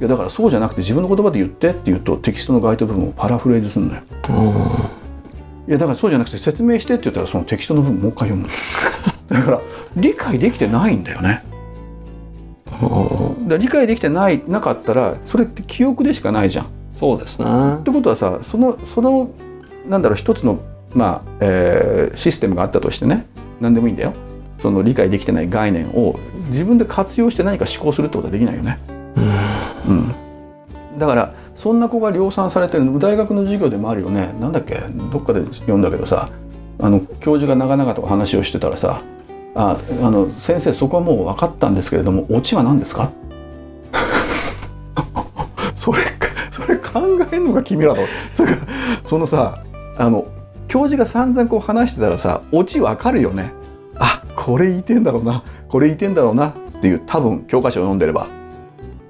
[SPEAKER 2] いやだからそうじゃなくて自分の言葉で言ってって言うとテキストの該当部分をパラフレーズするのよいやだからそうじゃなくて説明してって言ったらそのテキストの部分もう一回読む のだから理解できてないんだよねだから理解できてないなかったらそれって記憶でしかないじゃん。っ
[SPEAKER 1] そうですね。は
[SPEAKER 2] てことはさそのそのなんだろう一つの、まあえーシステムがあったとしてね何でもいいんだよその理解できてない概念を自分で活用して何か思考するってことはできないよね。うんだからそんな子が量産されてる大学の授業でもあるよねなんだっけどっかで読んだけどさあの教授が長々と話をしてたらさ「ああの先生そこはもう分かったんですけれどもオチは何ですか? 」それ それ考えんのか君らのそれそのさあの教授が散々こう話してたらさオチ分かるよねあこれ言いてんだろうなこれ言いてんだろうなっていう多分教科書を読んでれば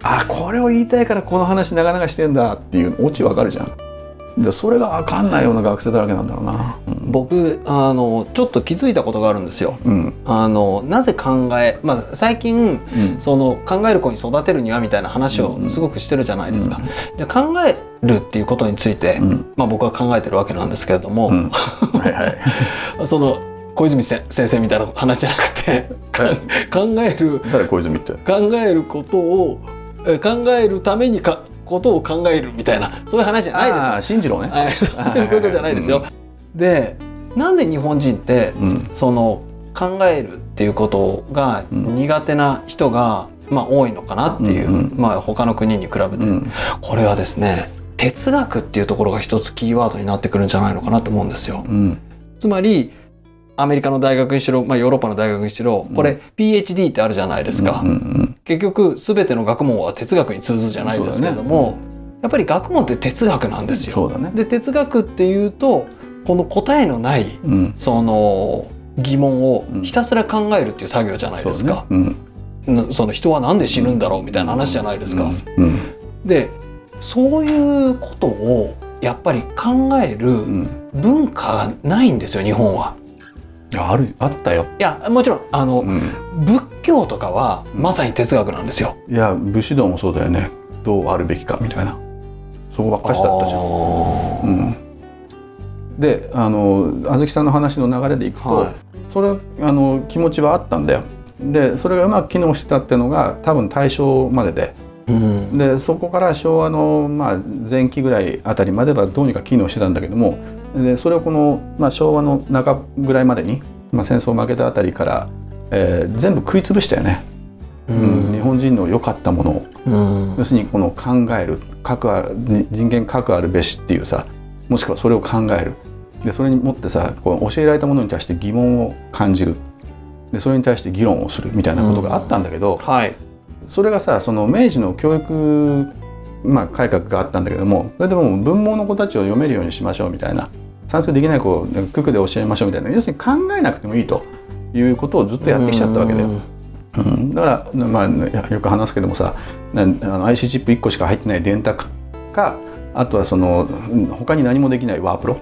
[SPEAKER 2] あこれを言いたいからこの話長々してんだっていうオチわかるじゃんでそれが分かんないような学生だらけなんだろうな
[SPEAKER 1] 僕あのちょっと気づいたことがあるんですよ。
[SPEAKER 2] うん
[SPEAKER 1] あのなぜ考え、まあ、最近
[SPEAKER 2] うん
[SPEAKER 1] その考える子に育てるにはみたいな話をすごくしてるじゃないですか。で考えるっていうことについて、
[SPEAKER 2] うん
[SPEAKER 1] まあ、僕は考えてるわけなんですけれども、
[SPEAKER 2] うんはいはい
[SPEAKER 1] その小泉せ先生みたいな話じゃなくてか考える
[SPEAKER 2] 誰小泉って
[SPEAKER 1] 考えることをえ考えるためにかことを考えるみたいなそういう話じゃないですよ
[SPEAKER 2] あー新次郎ね
[SPEAKER 1] はいそうそういうことじゃないですよ。でなんで日本人って
[SPEAKER 2] うん
[SPEAKER 1] その考えるっていうことが
[SPEAKER 2] うん
[SPEAKER 1] 苦手な人が、まあ、多いのかなっていう、
[SPEAKER 2] うんうん
[SPEAKER 1] まあ、他の国に比べて、
[SPEAKER 2] うん
[SPEAKER 1] これはですね哲学っていうところが一つキーワードになってくるんじゃないのかなと思うんですよ。
[SPEAKER 2] うん
[SPEAKER 1] つまりアメリカの大学にしろ、まあ、ヨーロッパの大学にしろこれ、
[SPEAKER 2] う
[SPEAKER 1] PhD ってあるじゃないですか、
[SPEAKER 2] うんうん
[SPEAKER 1] 結局全ての学問は哲学に通ずじゃないですけれども、やっぱり学問って哲学なんですよ。
[SPEAKER 2] そうだね
[SPEAKER 1] で哲学っていうとこの答えのない
[SPEAKER 2] うん
[SPEAKER 1] その疑問を
[SPEAKER 2] うん
[SPEAKER 1] ひたすら考えるっていう作業じゃないですか、
[SPEAKER 2] そうだね
[SPEAKER 1] なその人は何で死ぬんだろうみたいな話じゃないですか、
[SPEAKER 2] うんうん
[SPEAKER 1] でそういうことをやっぱり考え
[SPEAKER 2] う
[SPEAKER 1] る
[SPEAKER 2] ん
[SPEAKER 1] 文化がないんですよ日本はい
[SPEAKER 2] やあるあったよ、
[SPEAKER 1] いやもちろんあの、
[SPEAKER 2] うん、
[SPEAKER 1] 仏教とかは
[SPEAKER 2] うん
[SPEAKER 1] まさに哲学なんですよ、
[SPEAKER 2] いや武士道もそうだよねどうあるべきかみたいなそこばっかしだったじゃん
[SPEAKER 1] ゃ
[SPEAKER 2] うん、であのあずきさんの話の流れでいくと、
[SPEAKER 1] はい
[SPEAKER 2] それあの気持ちはあったんだよでそれがうまく機能してたっていうのが多分大正までで
[SPEAKER 1] うん
[SPEAKER 2] でそこから昭和の、まあ、前期ぐらいあたりまではどうにか機能してたんだけどもでそれをこの、まあ、昭和の中ぐらいまでに、まあ、戦争負けたあたりから、えー全部食い潰したよね、
[SPEAKER 1] う
[SPEAKER 2] うん日本人の良かったものを
[SPEAKER 1] うん
[SPEAKER 2] 要するにこの考える核あ人間核あるべしっていうさもしくはそれを考えるでそれにもってさこう教えられたものに対して疑問を感じるでそれに対して議論をするみたいなことがあったんだけど、
[SPEAKER 1] はい
[SPEAKER 2] それがさその明治の教育、まあ、改革があったんだけどもそれでもう文盲の子たちを読めるようにしましょうみたいな算数できない子を九九で教えましょうみたいな要するに考えなくてもいいということをずっとやってきちゃったわけだよ。うん、だから、まあ、よく話すけどもさなあの IC チップ1個しか入ってない電卓かあとはそのうん他に何もできないワープロ、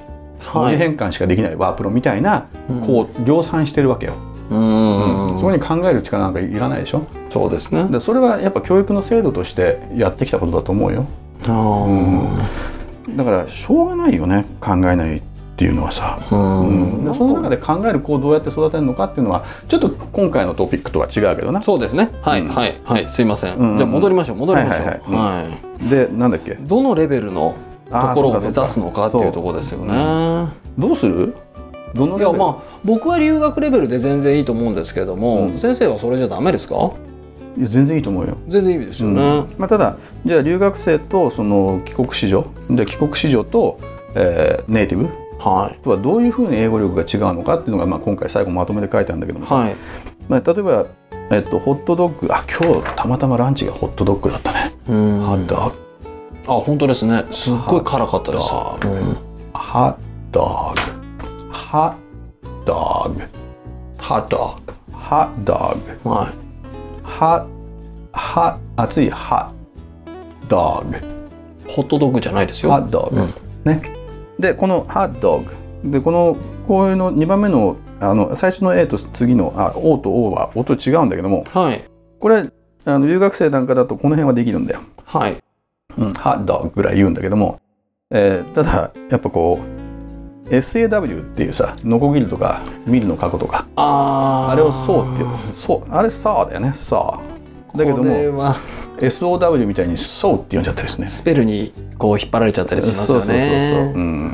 [SPEAKER 2] 文字変換しかできないワープロみたいなこう量産してるわけよ、
[SPEAKER 1] う
[SPEAKER 2] うん
[SPEAKER 1] ん、
[SPEAKER 2] そこに考える力なんかいらないでしょ
[SPEAKER 1] そうですね
[SPEAKER 2] でそれはやっぱ教育の制度としてやってきたことだと思うよ
[SPEAKER 1] あー
[SPEAKER 2] だからしょうがないよね考えないっていうのはさ、
[SPEAKER 1] うん
[SPEAKER 2] でその中で考える子をどうやって育てるのかっていうのはちょっと今回のトピックとは違うけどな
[SPEAKER 1] そうですね。はい、
[SPEAKER 2] うん
[SPEAKER 1] はいはいすいません。
[SPEAKER 2] うん
[SPEAKER 1] じゃあ戻りましょう戻りましょう。は
[SPEAKER 2] はいいはいはでなんだっけ
[SPEAKER 1] どのレベルのと
[SPEAKER 2] あー
[SPEAKER 1] ころを
[SPEAKER 2] そう
[SPEAKER 1] 目
[SPEAKER 2] かそうか
[SPEAKER 1] 指すのかっていうところですよね。い
[SPEAKER 2] どうするどのレベ
[SPEAKER 1] や
[SPEAKER 2] ル
[SPEAKER 1] まあ僕は留学レベルで全然いいと思うんですけれども、
[SPEAKER 2] うん
[SPEAKER 1] 先生はそれじゃダメですか？
[SPEAKER 2] いや全然いいと思うよ。
[SPEAKER 1] 全然いいですよね。
[SPEAKER 2] うんまあ、ただじゃあ留学生とその帰国子女で帰国子女と、えーネイティブ
[SPEAKER 1] はい
[SPEAKER 2] とはどういうふうに英語力が違うのかっていうのが、まあ、今回最後まとめて書いてあるんだけどもさ、
[SPEAKER 1] はい
[SPEAKER 2] まあ、例えば、えっと、ホットドッグあ今日たまたまランチがホットドッグだったね、
[SPEAKER 1] うん
[SPEAKER 2] ハドッグ
[SPEAKER 1] あ本当ですねすっごい辛かったです
[SPEAKER 2] ハ
[SPEAKER 1] うん
[SPEAKER 2] ハッドッグハッドッグ
[SPEAKER 1] ハット
[SPEAKER 2] ハッドッグ
[SPEAKER 1] は
[SPEAKER 2] ハハ熱いハドッグ
[SPEAKER 1] いホットドッグじゃないですよ
[SPEAKER 2] ハッドッグ、ねでこのハッドッグでこのこういうの2番目のあの最初の A と次のあ O と O は音違うんだけども
[SPEAKER 1] はい
[SPEAKER 2] これあの留学生なんかだとこの辺はできるんだよ、
[SPEAKER 1] はい
[SPEAKER 2] うん、ハッドッグぐらい言うんだけども、えーただやっぱこう SAW っていうさノコギリとかミルの過去とか
[SPEAKER 1] あー
[SPEAKER 2] あれをそうっていうそうあれサーだよねサーだけど
[SPEAKER 1] これ
[SPEAKER 2] も
[SPEAKER 1] は
[SPEAKER 2] SOW みたいにそうって呼んじゃったりですね
[SPEAKER 1] スペルにこう引っ張られちゃったりしますよね
[SPEAKER 2] そうそうそうそう、うん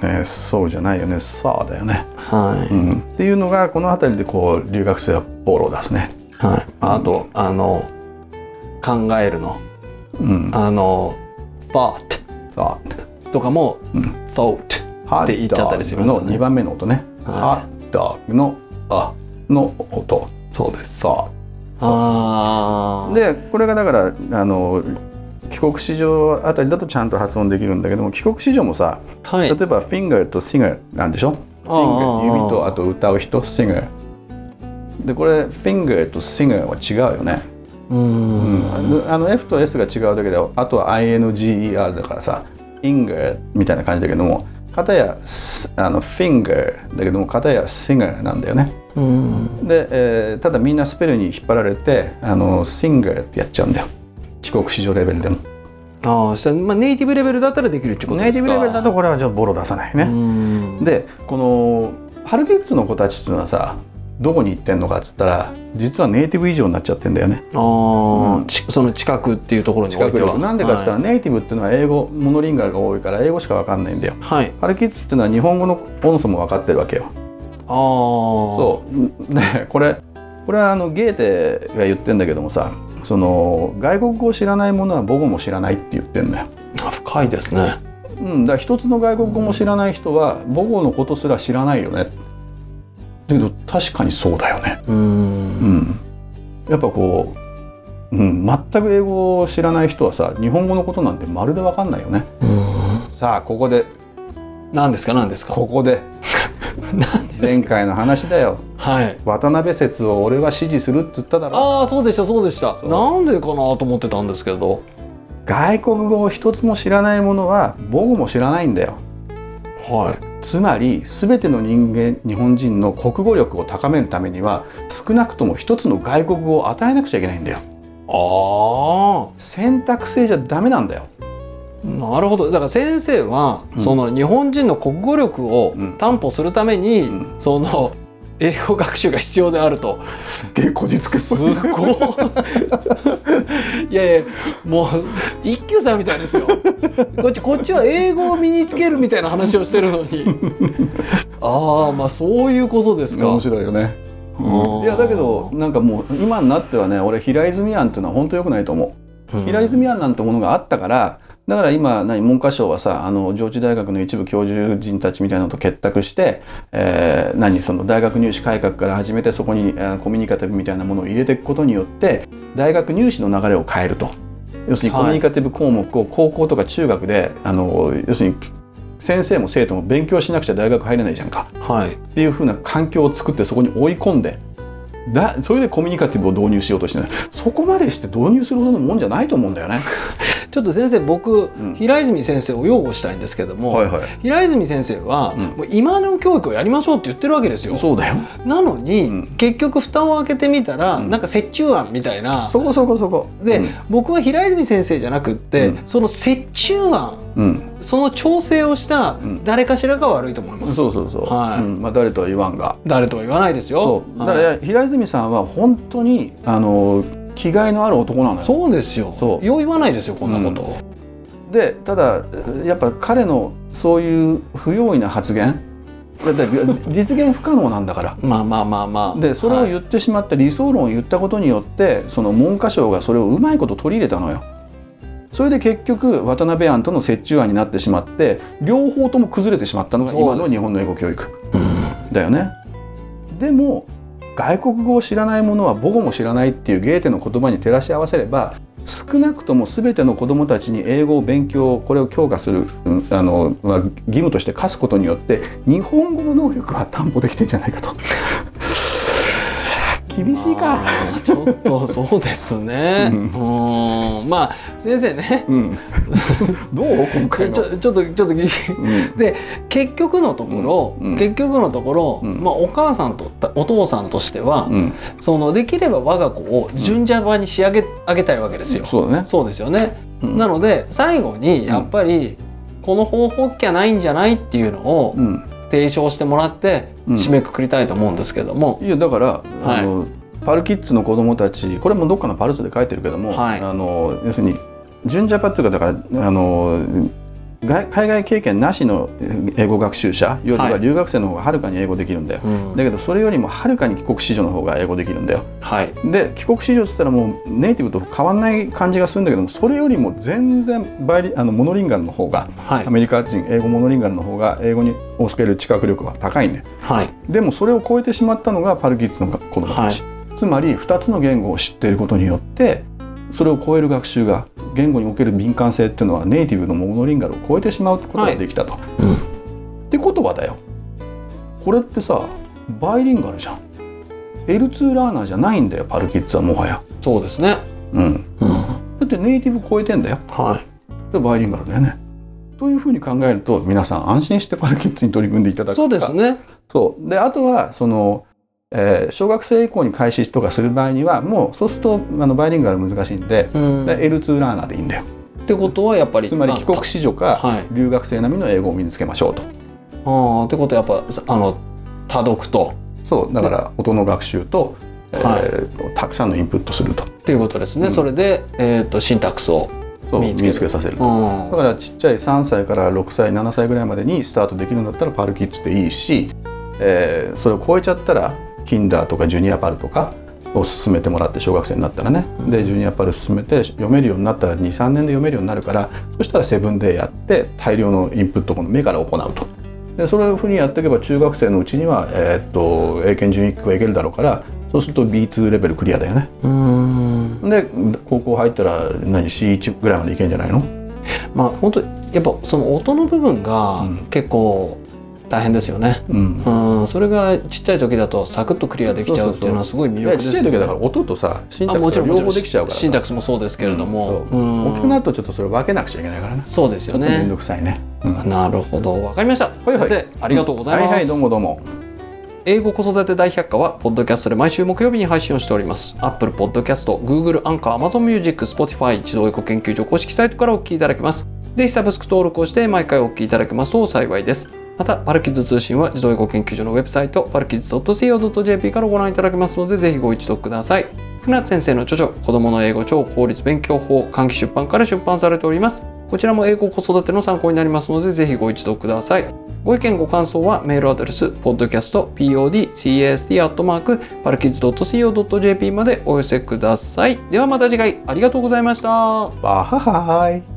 [SPEAKER 1] はい
[SPEAKER 2] ね、そうじゃないよねそうだよね、
[SPEAKER 1] は
[SPEAKER 2] う
[SPEAKER 1] い、
[SPEAKER 2] ん、っていうのがこの辺りでこう留学生はボロを出すね、
[SPEAKER 1] はい、あとあの考えるの
[SPEAKER 2] うん、
[SPEAKER 1] あの thought
[SPEAKER 2] さ
[SPEAKER 1] とかも、
[SPEAKER 2] うん
[SPEAKER 1] thought
[SPEAKER 2] あ
[SPEAKER 1] って言っちゃったりしますよね
[SPEAKER 2] ハッドッグの2番目の音ねハ
[SPEAKER 1] は
[SPEAKER 2] ッドッグの「あ」の音
[SPEAKER 1] そうです
[SPEAKER 2] さあ
[SPEAKER 1] あー
[SPEAKER 2] でこれがだからあの帰国子女あたりだとちゃんと発音できるんだけども帰国子女もさ
[SPEAKER 1] はい
[SPEAKER 2] 例えば「フィンガー」と「シンガー」なんでしょ
[SPEAKER 1] あー
[SPEAKER 2] finger 指とあと歌う人「シンガー」でこれ「フィンガー」と「シンガー」は違うよね
[SPEAKER 1] うーん
[SPEAKER 2] うんあの F と S が違うだけであとは INGER だからさ「インガー」みたいな感じだけども片やスあのフィンガーだけども片やシンガーなんだよね
[SPEAKER 1] うん
[SPEAKER 2] で、えーただみんなスペルに引っ張られてあのシンガーってやっちゃうんだよ帰国子女レベルでも
[SPEAKER 1] ああ、したまあ、ネイティブレベルだったらできるってことですか
[SPEAKER 2] ネイティブレベルだとこれはちょっとボロ出さないうね、
[SPEAKER 1] ん
[SPEAKER 2] でこのハルキッズの子たちっていうのはさどこに行ってんのかっつったら実はネイティブ以上になっちゃってんだよね
[SPEAKER 1] ああ、
[SPEAKER 2] うん
[SPEAKER 1] ちその近くっていうところにお
[SPEAKER 2] 近
[SPEAKER 1] いて
[SPEAKER 2] く
[SPEAKER 1] は
[SPEAKER 2] 力なんでかっつったら、
[SPEAKER 1] はい
[SPEAKER 2] ネイティブっていうのは英語モノリンガルが多いから英語しかわかんないんだよ
[SPEAKER 1] はい、
[SPEAKER 2] ハルキッズっていうのは日本語の音素も分かってるわけよ
[SPEAKER 1] ああそ
[SPEAKER 2] そうでこれこれはあのゲーテが言ってんだけどもさその外国語を知らないものは母語も知らないって言ってんだよ、
[SPEAKER 1] う深いですね
[SPEAKER 2] うん、だから一つの外国語も知らない人は母語のことすら知らないよねだけど確かにそうだよね
[SPEAKER 1] うー
[SPEAKER 2] うんん、やっぱこう、うん、全く英語を知らない人はさ日本語のことなんてまるで分かんないよね
[SPEAKER 1] うん
[SPEAKER 2] さあここで
[SPEAKER 1] 何ですか何ですか
[SPEAKER 2] ここで
[SPEAKER 1] 何ですか
[SPEAKER 2] 前回の話だよ
[SPEAKER 1] はい
[SPEAKER 2] 渡辺説を俺は支持するっつっただろ
[SPEAKER 1] ああそうでしたそうでした
[SPEAKER 2] そう
[SPEAKER 1] なんでかなと思ってたんですけど
[SPEAKER 2] 外国語を一つも知らないものは母語も知らないんだよ
[SPEAKER 1] はい
[SPEAKER 2] つまり全ての人間日本人の国語力を高めるためには少なくとも一つの外国語を与えなくちゃいけないんだよ
[SPEAKER 1] あ
[SPEAKER 2] 選択制じゃダメなんだよ
[SPEAKER 1] あなるほどだから先生は、
[SPEAKER 2] うん
[SPEAKER 1] その日本人の国語力を
[SPEAKER 2] うん
[SPEAKER 1] 担保するために、
[SPEAKER 2] ん
[SPEAKER 1] その英語学習が必要であると
[SPEAKER 2] すっげえこじつけ
[SPEAKER 1] すごいいやいやもう一休さんみたいですよこっちこっちは英語を身につけるみたいな話をしてるの にああまあそういうことですか
[SPEAKER 2] 面白いよね、
[SPEAKER 1] うん
[SPEAKER 2] いやだけどなんかもう今になってはね俺平泉案っていうのは本当良くないと思う平泉案なんてものがあったからだから今何文科省はさあの上智大学の一部教授人たちみたいなのと結託して、えー何その大学入試改革から始めてそこに、えーコミュニカティブみたいなものを入れていくことによって大学入試の流れを変えると要するに
[SPEAKER 1] は
[SPEAKER 2] コ
[SPEAKER 1] い
[SPEAKER 2] ミュニカティブ項目を高校とか中学で、あの要するに先生も生徒も勉強しなくちゃ大学入れないじゃんか。
[SPEAKER 1] はい
[SPEAKER 2] っていう風な環境を作ってそこに追い込んでだそれでコミュニカティブを導入しようとしてないそこまでして導入するほどのもんじゃないと思うんだよね。
[SPEAKER 1] ちょっと先生僕、
[SPEAKER 2] ん
[SPEAKER 1] 平泉先生を擁護したいんですけども、
[SPEAKER 2] はい、
[SPEAKER 1] 平泉先生は、
[SPEAKER 2] うん
[SPEAKER 1] もう今の教育をやりましょうって言ってるわけですよ
[SPEAKER 2] そうだよ
[SPEAKER 1] なのに、
[SPEAKER 2] うん
[SPEAKER 1] 結局蓋を開けてみたら、
[SPEAKER 2] うん
[SPEAKER 1] なんか折衷案みたいな
[SPEAKER 2] そこそこそこ
[SPEAKER 1] で、
[SPEAKER 2] うん
[SPEAKER 1] 僕は平泉先生じゃなくって、
[SPEAKER 2] うん
[SPEAKER 1] その折衷案
[SPEAKER 2] うん、
[SPEAKER 1] その調整をした
[SPEAKER 2] ん
[SPEAKER 1] 誰かしらが悪いと思います、
[SPEAKER 2] そうそうそう、
[SPEAKER 1] はい
[SPEAKER 2] うんまあ、誰とは言わんが
[SPEAKER 1] 誰とは言わないですよ
[SPEAKER 2] そうだか
[SPEAKER 1] はい
[SPEAKER 2] ら平泉さんは本当にあの気概のある男なのよ
[SPEAKER 1] そうですよ
[SPEAKER 2] そう
[SPEAKER 1] よう言わないですよこんなこと、
[SPEAKER 2] でただやっぱ彼のそういう不用意な発言だって実現不可能なんだから
[SPEAKER 1] まあまあまあまあ
[SPEAKER 2] でそれを
[SPEAKER 1] はい
[SPEAKER 2] 言ってしまって理想論を言ったことによってその文科省がそれをうまいこと取り入れたのよ。それで結局渡辺案との折衷案になってしまって両方とも崩れてしまったのが今
[SPEAKER 1] そうで
[SPEAKER 2] の
[SPEAKER 1] す
[SPEAKER 2] 日本の英語教育だよね。でも外国語を知らない者は母語も知らないっていうゲーテの言葉に照らし合わせれば少なくとも全ての子どもたちに英語を勉強これを強化する、うんあのまあ義務として課すことによって日本語の能力は担保できてんじゃないかと。 厳しいか。
[SPEAKER 1] あーちょっとそうですね。う
[SPEAKER 2] うん
[SPEAKER 1] ーん、まあ先生ね。
[SPEAKER 2] うん、どう今
[SPEAKER 1] ちょ
[SPEAKER 2] 回
[SPEAKER 1] ち
[SPEAKER 2] の。
[SPEAKER 1] ょちょっとちょっとぎ
[SPEAKER 2] うん
[SPEAKER 1] で結局のところ、
[SPEAKER 2] うんうん
[SPEAKER 1] 結局のところ、
[SPEAKER 2] うん
[SPEAKER 1] まあお母さんとたお父さんとしては、
[SPEAKER 2] うん、
[SPEAKER 1] そのできれば我が子を純ジャバに仕上げ上げたいわけですよ。
[SPEAKER 2] そうだね。
[SPEAKER 1] そうですよね。
[SPEAKER 2] うん
[SPEAKER 1] なので最後にやっぱりこの方法っきゃないんじゃないっていうのを
[SPEAKER 2] うん、
[SPEAKER 1] 提唱してもらって
[SPEAKER 2] うん
[SPEAKER 1] 締めくくりたいと思うんですけども、
[SPEAKER 2] いやだから、
[SPEAKER 1] はい
[SPEAKER 2] あのパルキッズの子供たちこれもどっかのパルツで書いてるけども、
[SPEAKER 1] はい
[SPEAKER 2] あの要するに純ジャパっていうかだからあの外海外経験なしの英語学習者より
[SPEAKER 1] はい
[SPEAKER 2] は留学生の方がはるかに英語できるんだよ、
[SPEAKER 1] うん
[SPEAKER 2] だけどそれよりもはるかに帰国子女の方が英語できるんだよ
[SPEAKER 1] はい
[SPEAKER 2] で帰国子女っつったらもうネイティブと変わんない感じがするんだけどもそれよりも全然バイリあのモノリンガルの方が
[SPEAKER 1] はい
[SPEAKER 2] アメリカ人英語モノリンガルの方が英語にをつける知覚力が高いんだよ
[SPEAKER 1] はい
[SPEAKER 2] でもそれを超えてしまったのがパルキッズの子供たち、つまり2つの言語を知っていることによってそれを超える学習が言語における敏感性っていうのはネイティブのモノリンガルを超えてしまうことができたと。
[SPEAKER 1] うん
[SPEAKER 2] ってことはだよこれってさバイリンガルじゃん L2 ラーナーじゃないんだよパルキッズはもはや。
[SPEAKER 1] そうですね。
[SPEAKER 2] うん、だってネイティブ超えてんだよ
[SPEAKER 1] はい
[SPEAKER 2] でバイリンガルだよね。というふうに考えると皆さん安心してパルキッズに取り組んでいただくか
[SPEAKER 1] そうですね。
[SPEAKER 2] そうであとはその、えー小学生以降に開始とかする場合にはもうそうするとあのバイリンガル難しいんで,、
[SPEAKER 1] うん、
[SPEAKER 2] で L2 ラーナーでいいんだよ
[SPEAKER 1] ってことはやっぱり
[SPEAKER 2] つまり帰国
[SPEAKER 1] し
[SPEAKER 2] 子女
[SPEAKER 1] た
[SPEAKER 2] か
[SPEAKER 1] はい
[SPEAKER 2] 留学生並みの英語を身につけましょうと
[SPEAKER 1] あーってことはやっぱさあの多読と
[SPEAKER 2] そうだから音の学習と、えーたくさんのインプットすると
[SPEAKER 1] っていうことですね、
[SPEAKER 2] うん
[SPEAKER 1] それで、えー、とシンタクスを、
[SPEAKER 2] そう
[SPEAKER 1] 身
[SPEAKER 2] 身
[SPEAKER 1] に
[SPEAKER 2] に
[SPEAKER 1] つ
[SPEAKER 2] つ
[SPEAKER 1] ける
[SPEAKER 2] けさせる
[SPEAKER 1] う
[SPEAKER 2] だ
[SPEAKER 1] んは
[SPEAKER 2] からちっちゃい3歳から6歳7歳ぐらいまでにスタートできるんだったらパルキッズでいいし、えーそれを超えちゃったらキンダーとかジュニアパルとかを進めてもらって小学生になったらねでジュニアパル進めて読めるようになったら23年で読めるようになるからそしたらセブンデーやって大量のインプットをこの目から行うと。でそういうふうにやっていけば中学生のうちには、えーっと英検準1級はいけるだろうからそうすると B2 レベルクリアだよね。
[SPEAKER 1] うーん
[SPEAKER 2] で高校入ったら何 C1 ぐらいまでいけんじゃないの
[SPEAKER 1] まあ本当やっぱその音の部分が
[SPEAKER 2] うん
[SPEAKER 1] 結構大変ですよね、
[SPEAKER 2] うん
[SPEAKER 1] うん、それがちっちゃい時だとサクッとクリアできちゃうっていうのはすごい魅
[SPEAKER 2] い
[SPEAKER 1] 力
[SPEAKER 2] や
[SPEAKER 1] です
[SPEAKER 2] ちっ
[SPEAKER 1] よ
[SPEAKER 2] ち
[SPEAKER 1] ね
[SPEAKER 2] ゃい時はだから音とさシンタ
[SPEAKER 1] あ
[SPEAKER 2] ク
[SPEAKER 1] も
[SPEAKER 2] ス
[SPEAKER 1] ち
[SPEAKER 2] が
[SPEAKER 1] ろん
[SPEAKER 2] 両
[SPEAKER 1] もちろ
[SPEAKER 2] 方
[SPEAKER 1] ん
[SPEAKER 2] できちゃうから
[SPEAKER 1] シンタクスもそうですけれども、
[SPEAKER 2] そう
[SPEAKER 1] うん
[SPEAKER 2] 大きくなるとちょっとそれ分けなくちゃいけないからね
[SPEAKER 1] そうですよ
[SPEAKER 2] めん
[SPEAKER 1] ね
[SPEAKER 2] どくさいね、うん
[SPEAKER 1] なるほどわかりました、
[SPEAKER 2] いは
[SPEAKER 1] 先
[SPEAKER 2] い
[SPEAKER 1] 生ありがとうございます、
[SPEAKER 2] はいはいどうもどうも
[SPEAKER 1] 英語子育て大百科はポッドキャストで毎週木曜日に配信をしております Apple Podcast、Google アンカー、Amazon Music、Spotify 自動英語研究所公式サイトからお聞きいただけますぜひサブスク登録をして毎回お聞きいただけますと幸いですまたパルキッズ通信は自動英語研究所のウェブサイトパルキッズ .co.jp からご覧いただけますのでぜひご一読ください船津先生の著書子供の英語超効率勉強法換気出版から出版されておりますこちらも英語子育ての参考になりますのでぜひご一読くださいご意見ご感想はメールアドレス podcastpodcast.co.jp までお寄せください。ではまた次回ありがとうございました。
[SPEAKER 2] わははーい